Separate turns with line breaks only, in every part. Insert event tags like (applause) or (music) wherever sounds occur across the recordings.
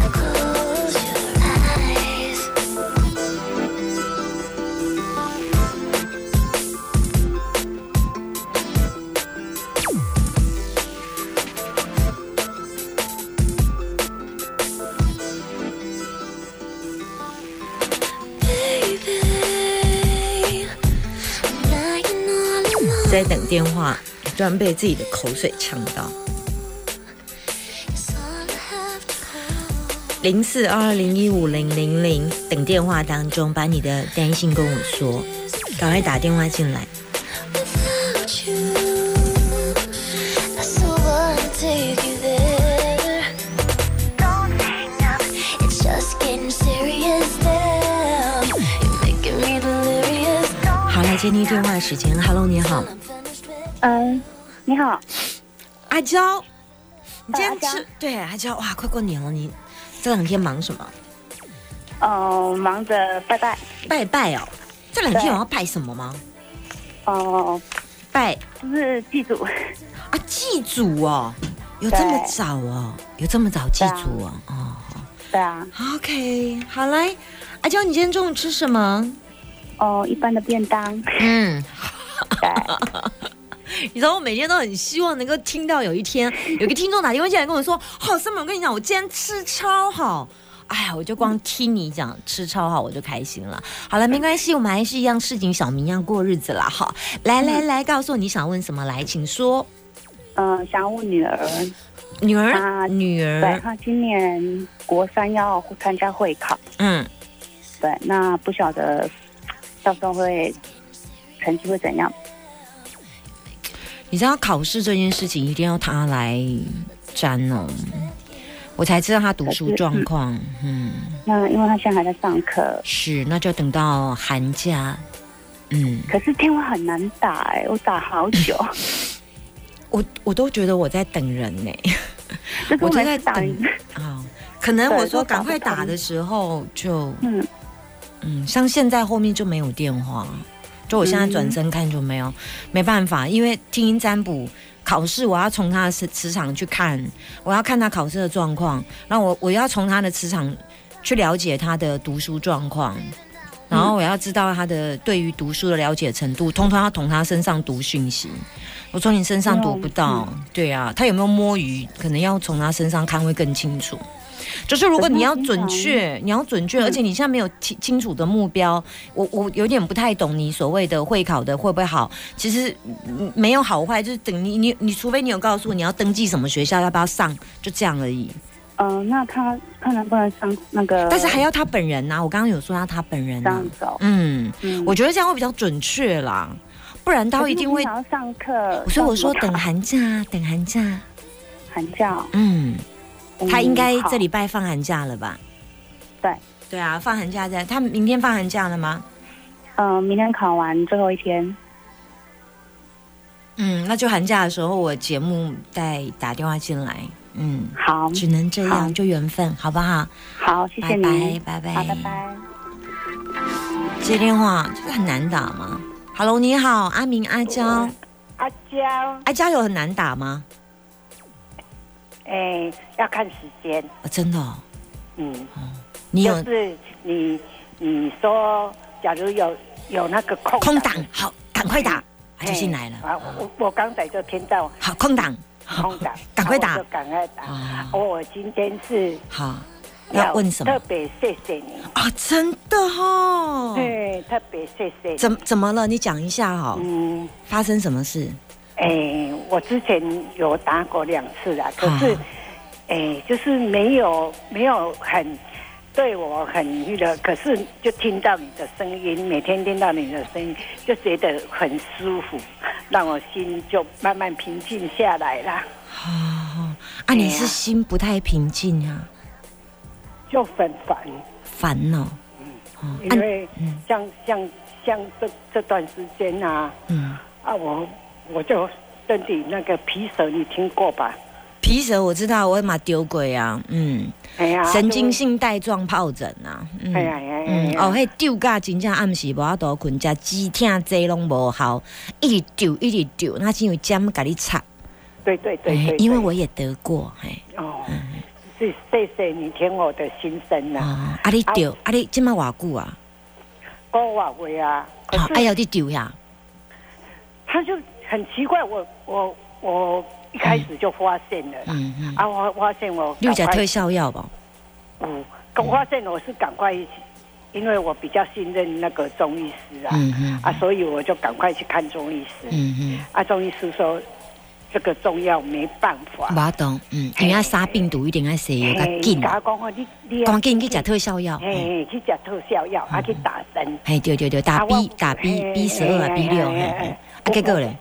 Close your eyes.
在等电话，突然被自己的口水呛到。零四二零一五零零零等电话当中，把你的担心跟我说，赶快打电话进来。好，来接听电话时间。Hello，你好，
嗯，你好，
阿娇，你今
阿
天
娇
吃对阿娇哇，快过年了，你这两天忙什么？
哦、忙着拜拜，
拜拜哦，这两天
对
有要拜什么吗？
哦、
拜
就是祭祖，
啊，祭祖哦，有这么早哦，有这么早祭祖哦，哦。
(laughs) 对啊，
OK，好来，阿娇，你今天中午吃什么？
哦、一般的
(laughs)
便当，
嗯，
对，
你知道我每天都很希望能够听到有一天有个听众打电话进来跟我说：“哦，森本，我跟你讲，我今天吃超好。”哎呀，我就光听你讲吃超好，我就开心了。好了，没关系，我们还是一样市井小民一样过日子啦。好，来来来，告诉我你想问什么，来，请说。
嗯、想要问女儿，
嗯女儿，
啊
女
对，
儿，
她今年国三要参加会考，
嗯，
对，那不晓得到时候会成绩会怎样？
你知道考试这件事情一定要她来沾哦，我才知道她读书状况。嗯，
那因为她现在还在上课，
是，那就等到寒假。嗯。
可是电话很难打、哎，我打
(laughs)
好久，
我我都觉得我在等人 (laughs) 呢、
就是
我
我
都
每
在
次打
等
你，
啊、可能
对
我说
都打
赶
不
快打
通
的时候就
嗯，
嗯，像现在后面就没有电话，就我现在转身看就没有，没办法，因为听音占卜。考试我要从他的磁磁场去看，我要看他考试的状况，然后我我要从他的磁场去了解他的读书状况，然后我要知道他的对于读书的了解程度，通通要从他身上读讯息。我从你身上读不到，对啊，他有没有摸鱼，可能要从他身上看会更清楚。就是如果你要准确，你要准确，而且你现在没有清清楚的目标，我我有点不太懂你所谓的会考的会不会好，其实嗯没有好坏，就是等你你你除非你有告诉我你要登记什么学校，要不要上，就这样而已。
嗯、那她看能不能上那个，
但是还要他本人呐、啊我刚刚有说到他本人
这
呐、
样走，
嗯，
嗯，
我觉得这样会比较准确啦，不然他
可
会
是
一定会
我。想要上课，
所以我说
上什
等
么
寒假，等寒假，
课寒假。
嗯，
(laughs)
他应该
嗯好
这礼拜放寒假了吧？
对，
对啊，放寒假在，他明天放寒假了吗？
嗯，明天考完最后一天，
嗯，那就寒假的时候我节目再打电话进来，嗯，
好，
只能这
好
样，就缘分，好不好？
好，谢谢
拜
你
拜，，拜拜，
好，拜。拜。
接电话这个很难打吗？Hello，你好，阿明、阿娇，
阿娇，
阿娇有很难打吗？
哎、要看时间，
哦、真的、哦，
嗯，
你有
就是你你说，假如有有那个空嗯
空档，好，赶快打，他就进来了。
啊，我我刚才就听到
好，空档，，
空档
(laughs) 赶快打
啊我就赶快打。
哦
我今天是
好，要问什么
特别谢谢你，
啊？真的哦，
对，特别谢谢你。
怎怎么了？你讲一下哈、哦，
嗯，
发生什么事？
哎、我之前有打过两次啦，可是
啊，
哎、就是没有没有很对我很那个，可是就听到你的声音，每天听到你的声音，就觉得很舒服，让我心就慢慢平静下来啦，
哦，啊，你
哎
是
呀
心不太平静啊，
就很烦，
烦恼、哦，
嗯因
啊，
为
嗯
像、像像这这段时间啊，
嗯，
啊我我就身体那个皮蛇你听过吧？
皮蛇我知道，我马丢鬼啊，嗯，
哎呀，
神经
就，
性带状疱疹啊，嗯
哎呀哎呀，哎
嗯，
呀
哦，，迄丢甲真正暗时无法度困，食止疼剂拢无效，一直丢一直丢，那只有针甲你插。
对对对
哎
对，
因为
对
我也得过，嘿，
哦，谢谢谢你听我的心声
哦，
呐，
啊你丢，啊你即摆偌久啊？
我话会啊，可
哦，哎
是
呀，你丢呀，
他就很奇怪，我我我一开始就发现了啦，
嗯嗯，
啊，我发现我
你有食
赶快
退烧药无？
嗯，刚发现我是赶快一起，因为我比较信任那个中医师啊，
嗯嗯
啊，所以我就赶快去看中医师。
嗯嗯，
啊，中医师说这个中药没办法，
我懂，嗯，因为要杀病毒一定爱西药较
嘿
紧
伊，甲我讲哦，你你要
赶紧嗯去食，退烧药，
嘿
嘿，
嘿，去食特效药，啊去打针，
嘿对对对，打
啊我
B 打 B
嘿
B 十二啊
嘿
B 六，
嘿
嘿，
嘿
嘿
嘿
啊结果咧，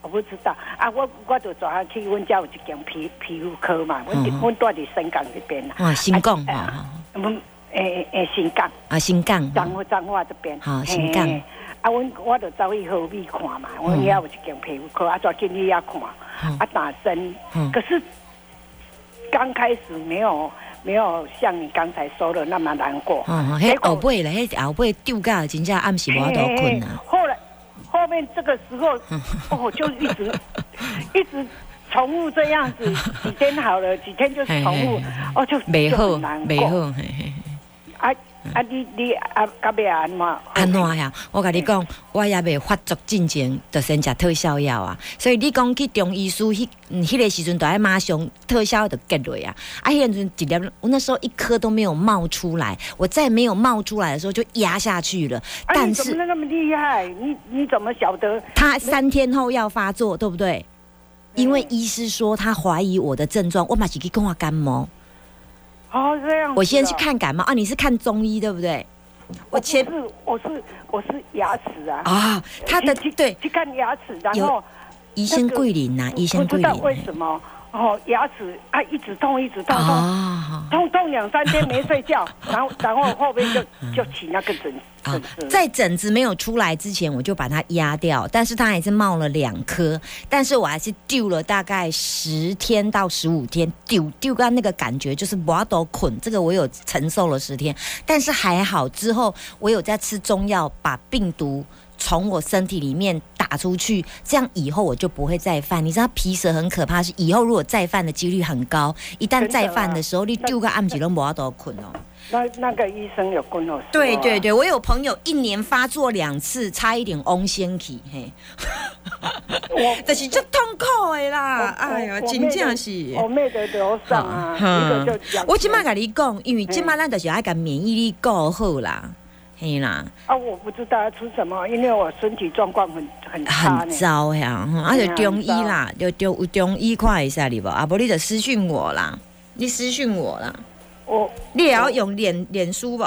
我不知道啊，我我就昨下去，阮家有一间皮皮肤科嘛，阮
嗯嗯嗯
伫阮住伫深港这边啦，
哇，哦新港
啊
哈，吼
阮诶诶新港。
啊新港，
彰化彰化这边，
好
嘿
新港。
啊，阮我就走去河美看嘛，
嗯
阮遐有一间皮肤科，啊，抓进去遐看，啊打针
嗯，
可是刚开始没有没有像你刚才说的那么难过，
哦，
结
迄
果
后尾咧，迄后尾丢甲真正暗时无法度
嘿
困
嘿
啊，
后来后面这个时候，
(laughs)
哦，就一直一直重复这样子，几天好了，几天就是重
嘿嘿
复
嘿，
哦，就
袂
就
好
很难，
袂
过，
好，嘿嘿。
啊啊，你你啊，到尾安怎？
安怎呀？我甲你讲，我也未发作进前，就先食退烧药啊。所以你讲去中医师迄嗯迄个时阵，就爱马上退烧药就结落啊。啊，迄个时阵一粒，我那时候一颗都没有冒出来。我在没有冒出来的时候就压下去了。
啊，
但
你怎么
是
能那么厉害？你你怎么晓得？
他三天后要发作，对不对？因为医师说他怀疑我的症状，我马上去跟我感冒。
哦，这样、哦
我先去，看感冒啊，你是看中医对不对？我
我
前
不是我是我是牙齿啊，
啊，他的
去去
对
去看牙齿，然
有
后
医生桂林呐，医
不
生桂
知
林
道为什么哦，牙齿啊一直痛一直痛痛。
啊。
痛痛两三天没
(laughs)
睡觉，然后然后后面就
嗯
就起那个疹
啊
疹子，，
在疹子没有出来之前，我就把它压掉，但是它还是冒了两颗，但是我还是丢了大概十天到十五天，丢丢到那个感觉就是我都捆，这个我有承受了十天，但是还好之后我有在吃中药把病毒。从我身体里面打出去，这样以后我就不会再犯。你知道皮蛇很可怕，是以后如果再犯的几率很高。一旦
真的
再犯
啊
的时候，你丢个暗几都无法度困哦。
那那个医生有跟我说、啊
对对，对，我有朋友一年发作两次，差一点翁先去嘿，
我
(laughs) 就是足痛苦的
我
啦，哎呀，
我
真正是
我。妹的楼上啊，一个就两
我即摆
天
甲你讲，因为即摆咱就是爱甲免疫力够好啦，嘿啦，
啊，我不知道要吃什么，因为我身体状况很很差
很
啊呢。
糟呀，嗯啊，
对
就
啊
中医啦，就就有中医看一下你无，啊，无你就私讯我啦，你私讯我啦，
我
你也要用脸脸书无？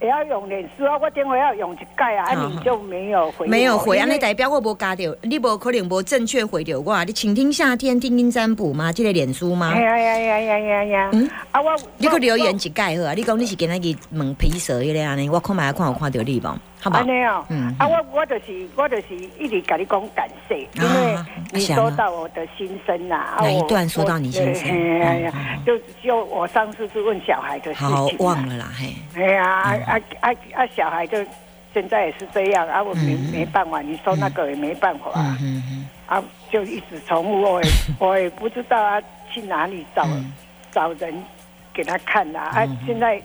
也要用脸书啊，我电话要用一盖啊，啊
嗯
你就没有回我，
没有回，
因
安尼
为
代表我无加着，你无可能无正确回着我。你请听夏天听音占卜吗？这个脸书吗
哎？呀呀呀呀呀呀！
啊嗯
啊我
你个留言一概好啊！你讲你是今仔日问皮蛇迄个安尼，我看卖看有看到你无？好不好
安？尼哦
嗯，
啊我我就是我就是一直跟你讲感谢，因
啊
为
啊
你
是啊
说到我的心声呐，啊
哪一
我
段说
我
到你心声
对哎呀
嗯
呀，就就我上次是问小孩的事情啊，
好，忘了啦嘿。
哎呀，啊啊啊啊！小孩就现在也是这样啊，我没、没办法，你说那个也没办法啊，
嗯嗯
啊，就一直重
(laughs)
复，我也我也不知道啊，去哪里找、
嗯
找人给他看啊，啊，现在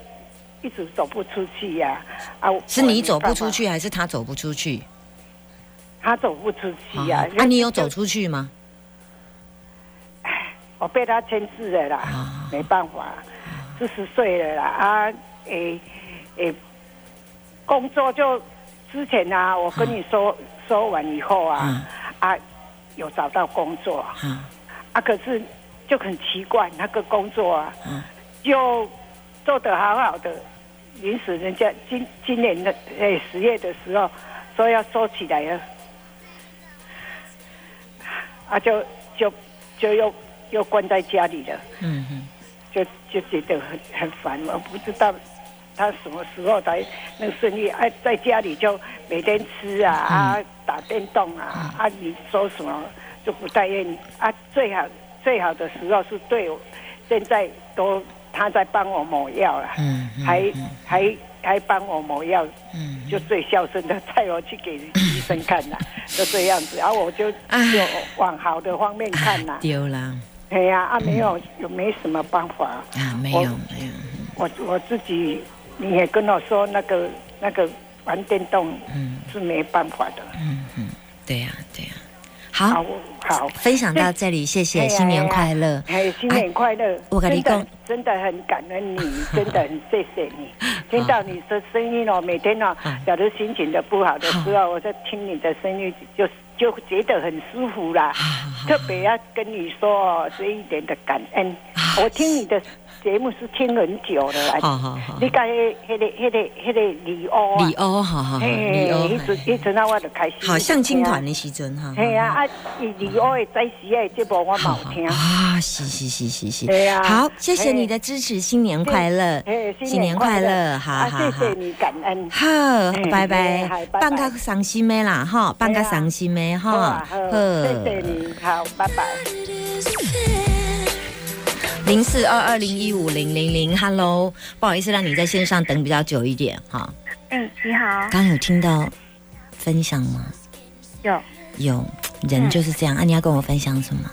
一直走不出去呀、啊，我
是你走不出，去还是他走不出去？
我也没办法他走不出去呀、
啊，你有
就
走？出去吗？
我哦被他牵制了啦，没办法，四十岁了啦啊，诶、诶、工作就之前啊，我跟你说、说完以后啊，啊，有找到工作
啊
啊，可是就很奇怪，那个工作啊，
嗯
就做得好好的，临时人家今今年的诶十月的时候说要收起来了，啊，就就就又又关在家里了。
嗯嗯，
就就觉得很很烦，我不知道他什么时候才能顺利。哎、在家里就每天吃啊
嗯
啊，打电动啊啊，你说什么就不太愿意啊。最好最好的时候是对我，现在都他在帮我抹药了，
嗯嗯
还还还帮我抹药，
嗯
就最孝顺的带我去给医生看
(laughs)
啦，就这样子，然、后我就
唉
就往好的方面看啦。
丢啦
哎呀，
嗯
啊没有，有没什么办法？
啊，没有
我
没有，
我我自己，你也跟我说那个那个玩电动
嗯
是没办法的。
嗯嗯，对呀、对呀、
好
好，，
好，
分享到这里，谢
哎
谢，
呀
新年快乐。
哎，新年快乐！
我跟你
真的
讲
真的很感恩
(laughs)
你，真的很谢谢你。听到你的声音哦，每天哦
嗯，
假如心情的不好
啊
的时候，我在听你的声音，就就觉得很舒服
啊
啦。特别要跟你说哦，这一点的感恩。
啊
我听你的节目是听很久了啦。
好好好
哎你讲迄迄个迄个迄个李欧啊
哦李，欧，好好好，
嘿
李欧，
哎
哎
一直一直让啊我就开心。
好，相亲团的时阵哈，
嘿啊，啊，伊李欧的在时的节目我
好
冇
好
听。
啊，是是是是是，
对呀
好，谢谢
嘿
你的支持，新年快乐
嘿，
新
哎新
年
年
快
快
乐，
乐！
好好
啊
好
谢。谢你，感恩。
好
嘿，
拜
嘿好
拜，
拜拜
放个伤心的啦，哈，放个伤心的
好
哈
啊，好，谢谢你，好，拜拜。
零四二二零一五零零零，Hello，不好意思让你在线上等比较久一点哈。
哎，你好，
刚刚有听到分享吗？
有，
有，人
嗯
就是这样。啊，你要跟我分享什么？，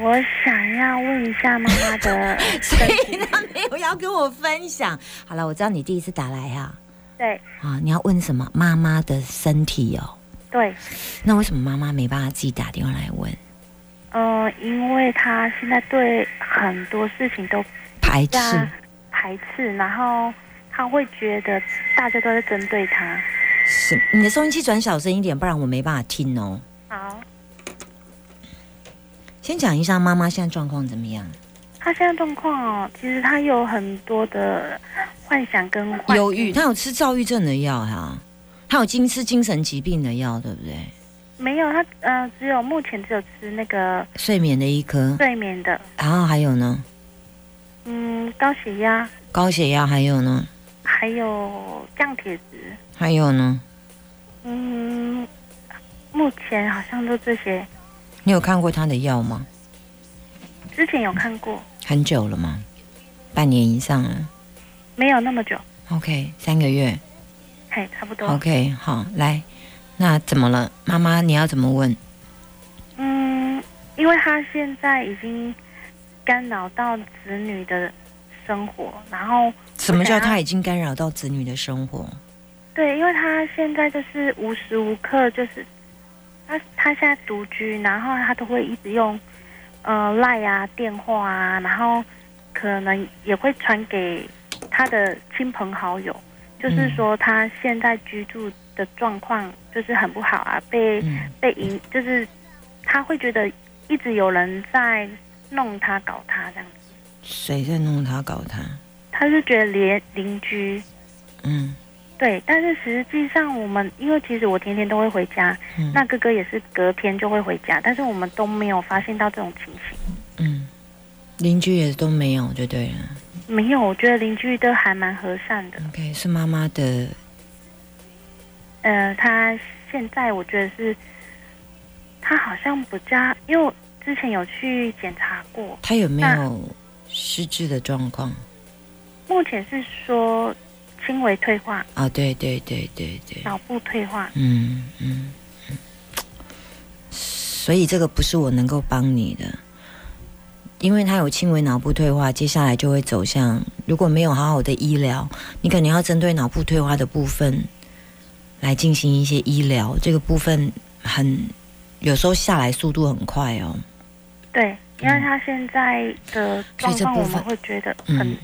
我想要问一下妈妈
(laughs)
的
所以他没有要跟我分享。好了，我知道你第一次打来啊，
对
啊，你要问什么？妈妈的身体哦，
对，
那为什么妈妈没办法自己打电话来问？
嗯、因为她现在对很多事情都
排斥
她排斥，然后她会觉得大家都在针对她。
是你的收音机转小声一点，不然我没办法听哦。
好，
先讲一下妈妈现在状况怎么样？
她现在状况哦，其实她有很多的幻想跟幻
忧郁，她有吃躁郁症的药哈、她有精吃精神疾病的药，对不对？
没有，她呃，只有目前只有吃那个
睡眠的一颗，
睡眠的，
然后还有呢，
嗯，高血压，
高血压，还有呢，
还有降铁质，
还有呢，
嗯，目前好像都这些。
你有看过她的药吗？
之前有看过，
很久了吗？半年以上了。
没有那么久，
OK，三个月。
嘿，差不多。
OK，好，来，那怎么了？妈妈，你要怎么问？
嗯，因为他现在已经干扰到子女的生活，然后
什么叫
我想
她
要
已经干扰到子女的生活？
对，因为他现在就是无时无刻就是他他现在独居，然后他都会一直用呃赖啊电话啊，然后可能也会传给他的亲朋好友，就是
嗯
说他现在居住的状况就是很不好啊，被。
嗯
被影，就是他会觉得一直有人在弄他、搞他这样子。
谁在弄她搞她？
他就觉得邻邻居
嗯
对，但是实际上我们因为其实我天天都会回家，
嗯
那哥哥也是隔天就会回家，但是我们都没有发现到这种情形。
嗯，邻居也都没有，就对了。
没有，我觉得邻居都还蛮和善的。
OK，是妈妈的
呃，他现在我觉得是，他好像不加，因为我之前有去检查过，
他有没
那
有失智的状况？
目前是说轻微退化，
啊，对对对对对，
脑部退化。
嗯嗯，嗯所以这个不是我能够帮你的，因为他有轻微脑部退化，接下来就会走向，如果没有好好的医疗，你可能要针对脑部退化的部分来进行一些医疗，这个部分很有时候下来速度很快哦，
对，因为他现在的
所以
状
这
况，
部
我
分
们会觉得
嗯
很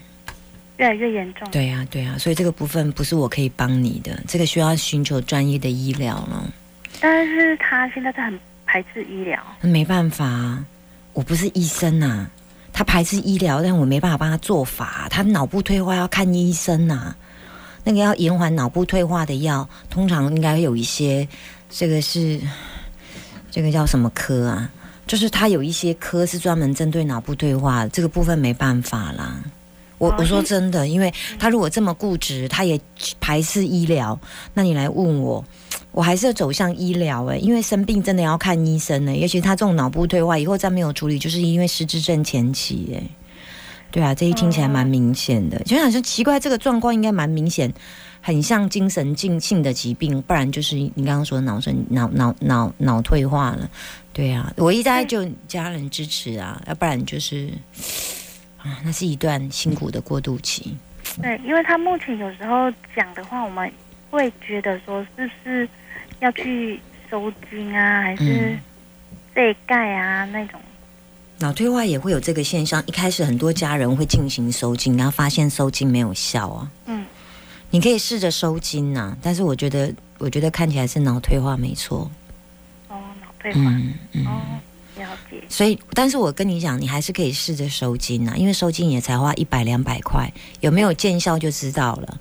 越来越严重。
对呀、对呀、所以这个部分不是我可以帮你的，这个需要寻求专业的医疗了。
但是他现在是很排斥医疗，
没办法、啊，我不是医生呐、他排斥医疗，但我没办法帮他做法、啊他脑部退化要看医生呐、那个要延缓脑部退化的药，通常应该有一些，这个是这个叫什么科啊？就是他有一些科是专门针对脑部退化这个部分，没办法啦。我
哦
我说
那
真的，因为他如果这么固执，他也排斥医疗，那你来问我，我还是要走向医疗诶、因为生病真的要看医生呢、也许他这种脑部退化以后再没有处理，就是因为失智症前期诶、对啊，这一听起来蛮明显的，就想说奇怪，这个状况应该蛮明显，很像精神性性的疾病，不然就是你刚刚说的脑神脑脑脑脑退化了。对啊，我一在就家人支持啊，要不然就是啊，那是一段辛苦的过渡期。
对，因为他目前有时候讲的话，我们会觉得说是不是要去收精啊，还是
嗯
被盖啊那种。
脑退化也会有这个现象，一开始很多家人会进行收精，然后发现收精没有效啊。
嗯，
你可以试着收精呐、但是我觉得，我觉得看起来是脑退化没错。
哦，脑退化。
嗯嗯。
哦，了解。
所以，但是我跟你讲，你还是可以试着收金啊，因为收金也才花一百两百块，有没有见效就知道了。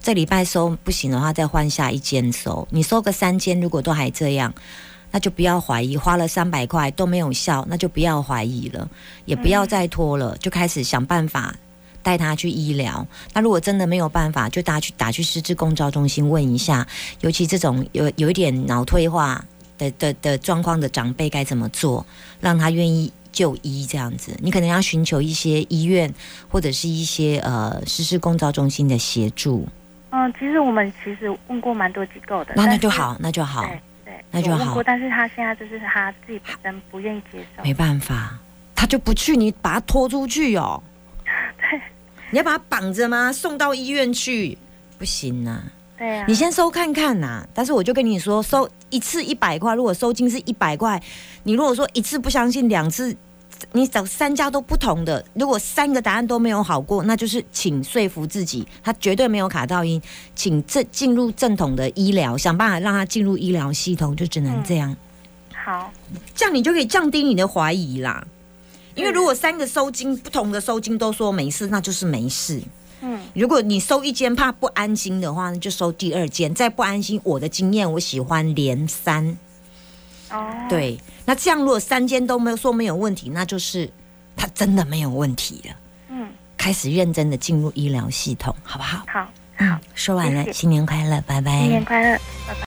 这礼拜收不行的话，再换下一间收。你收个三间，如果都还这样，那就不要怀疑，花了三百块都没有效，那就不要怀疑了，也不要再拖了，就开始想办法带他去医疗。那如果真的没有办法，就打去打去失智共照中心问一下，尤其这种有有一点脑退化的的的状况的长辈该怎么做，让他愿意。就医这样子，你可能要寻求一些医院或者是一些呃失智共照中心的协助，
嗯，其实我们其实问过蛮多机构的。
那那
但是哎
就。好，那就好，
对对，
那就
有
好
问过，但是他现在就是他自己本身不愿意接受。
没办法，他就不去，你把他拖出去哦。
(laughs)
你要把他绑着吗？送到医院去？不行呐、
对啊。
你先收看看呐、但是我就跟你说，收一次一百块，如果收金是一百块，你如果说一次不相信，两次你找三家都不同的，如果三个答案都没有好过，那就是请说服自己，他绝对没有卡到音，请正进入正统的医疗，想办法让他进入医疗系统，就只能这样。
嗯好。
这样你就可以降低你的怀疑啦。因为
嗯
如果三个收金不同的收金都说没事，那就是没事。
嗯
如果你收一间怕不安心的话，那就收第二间。再不安心，我的经验我喜欢连三。
哦。。
对，那这样如果三间都没有说没有问题，那就是他真的没有问题了。
嗯，
开始认真的进入医疗系统，好不好？
好。
嗯，说完了，
谢谢
新年快乐，拜拜。
新年快乐。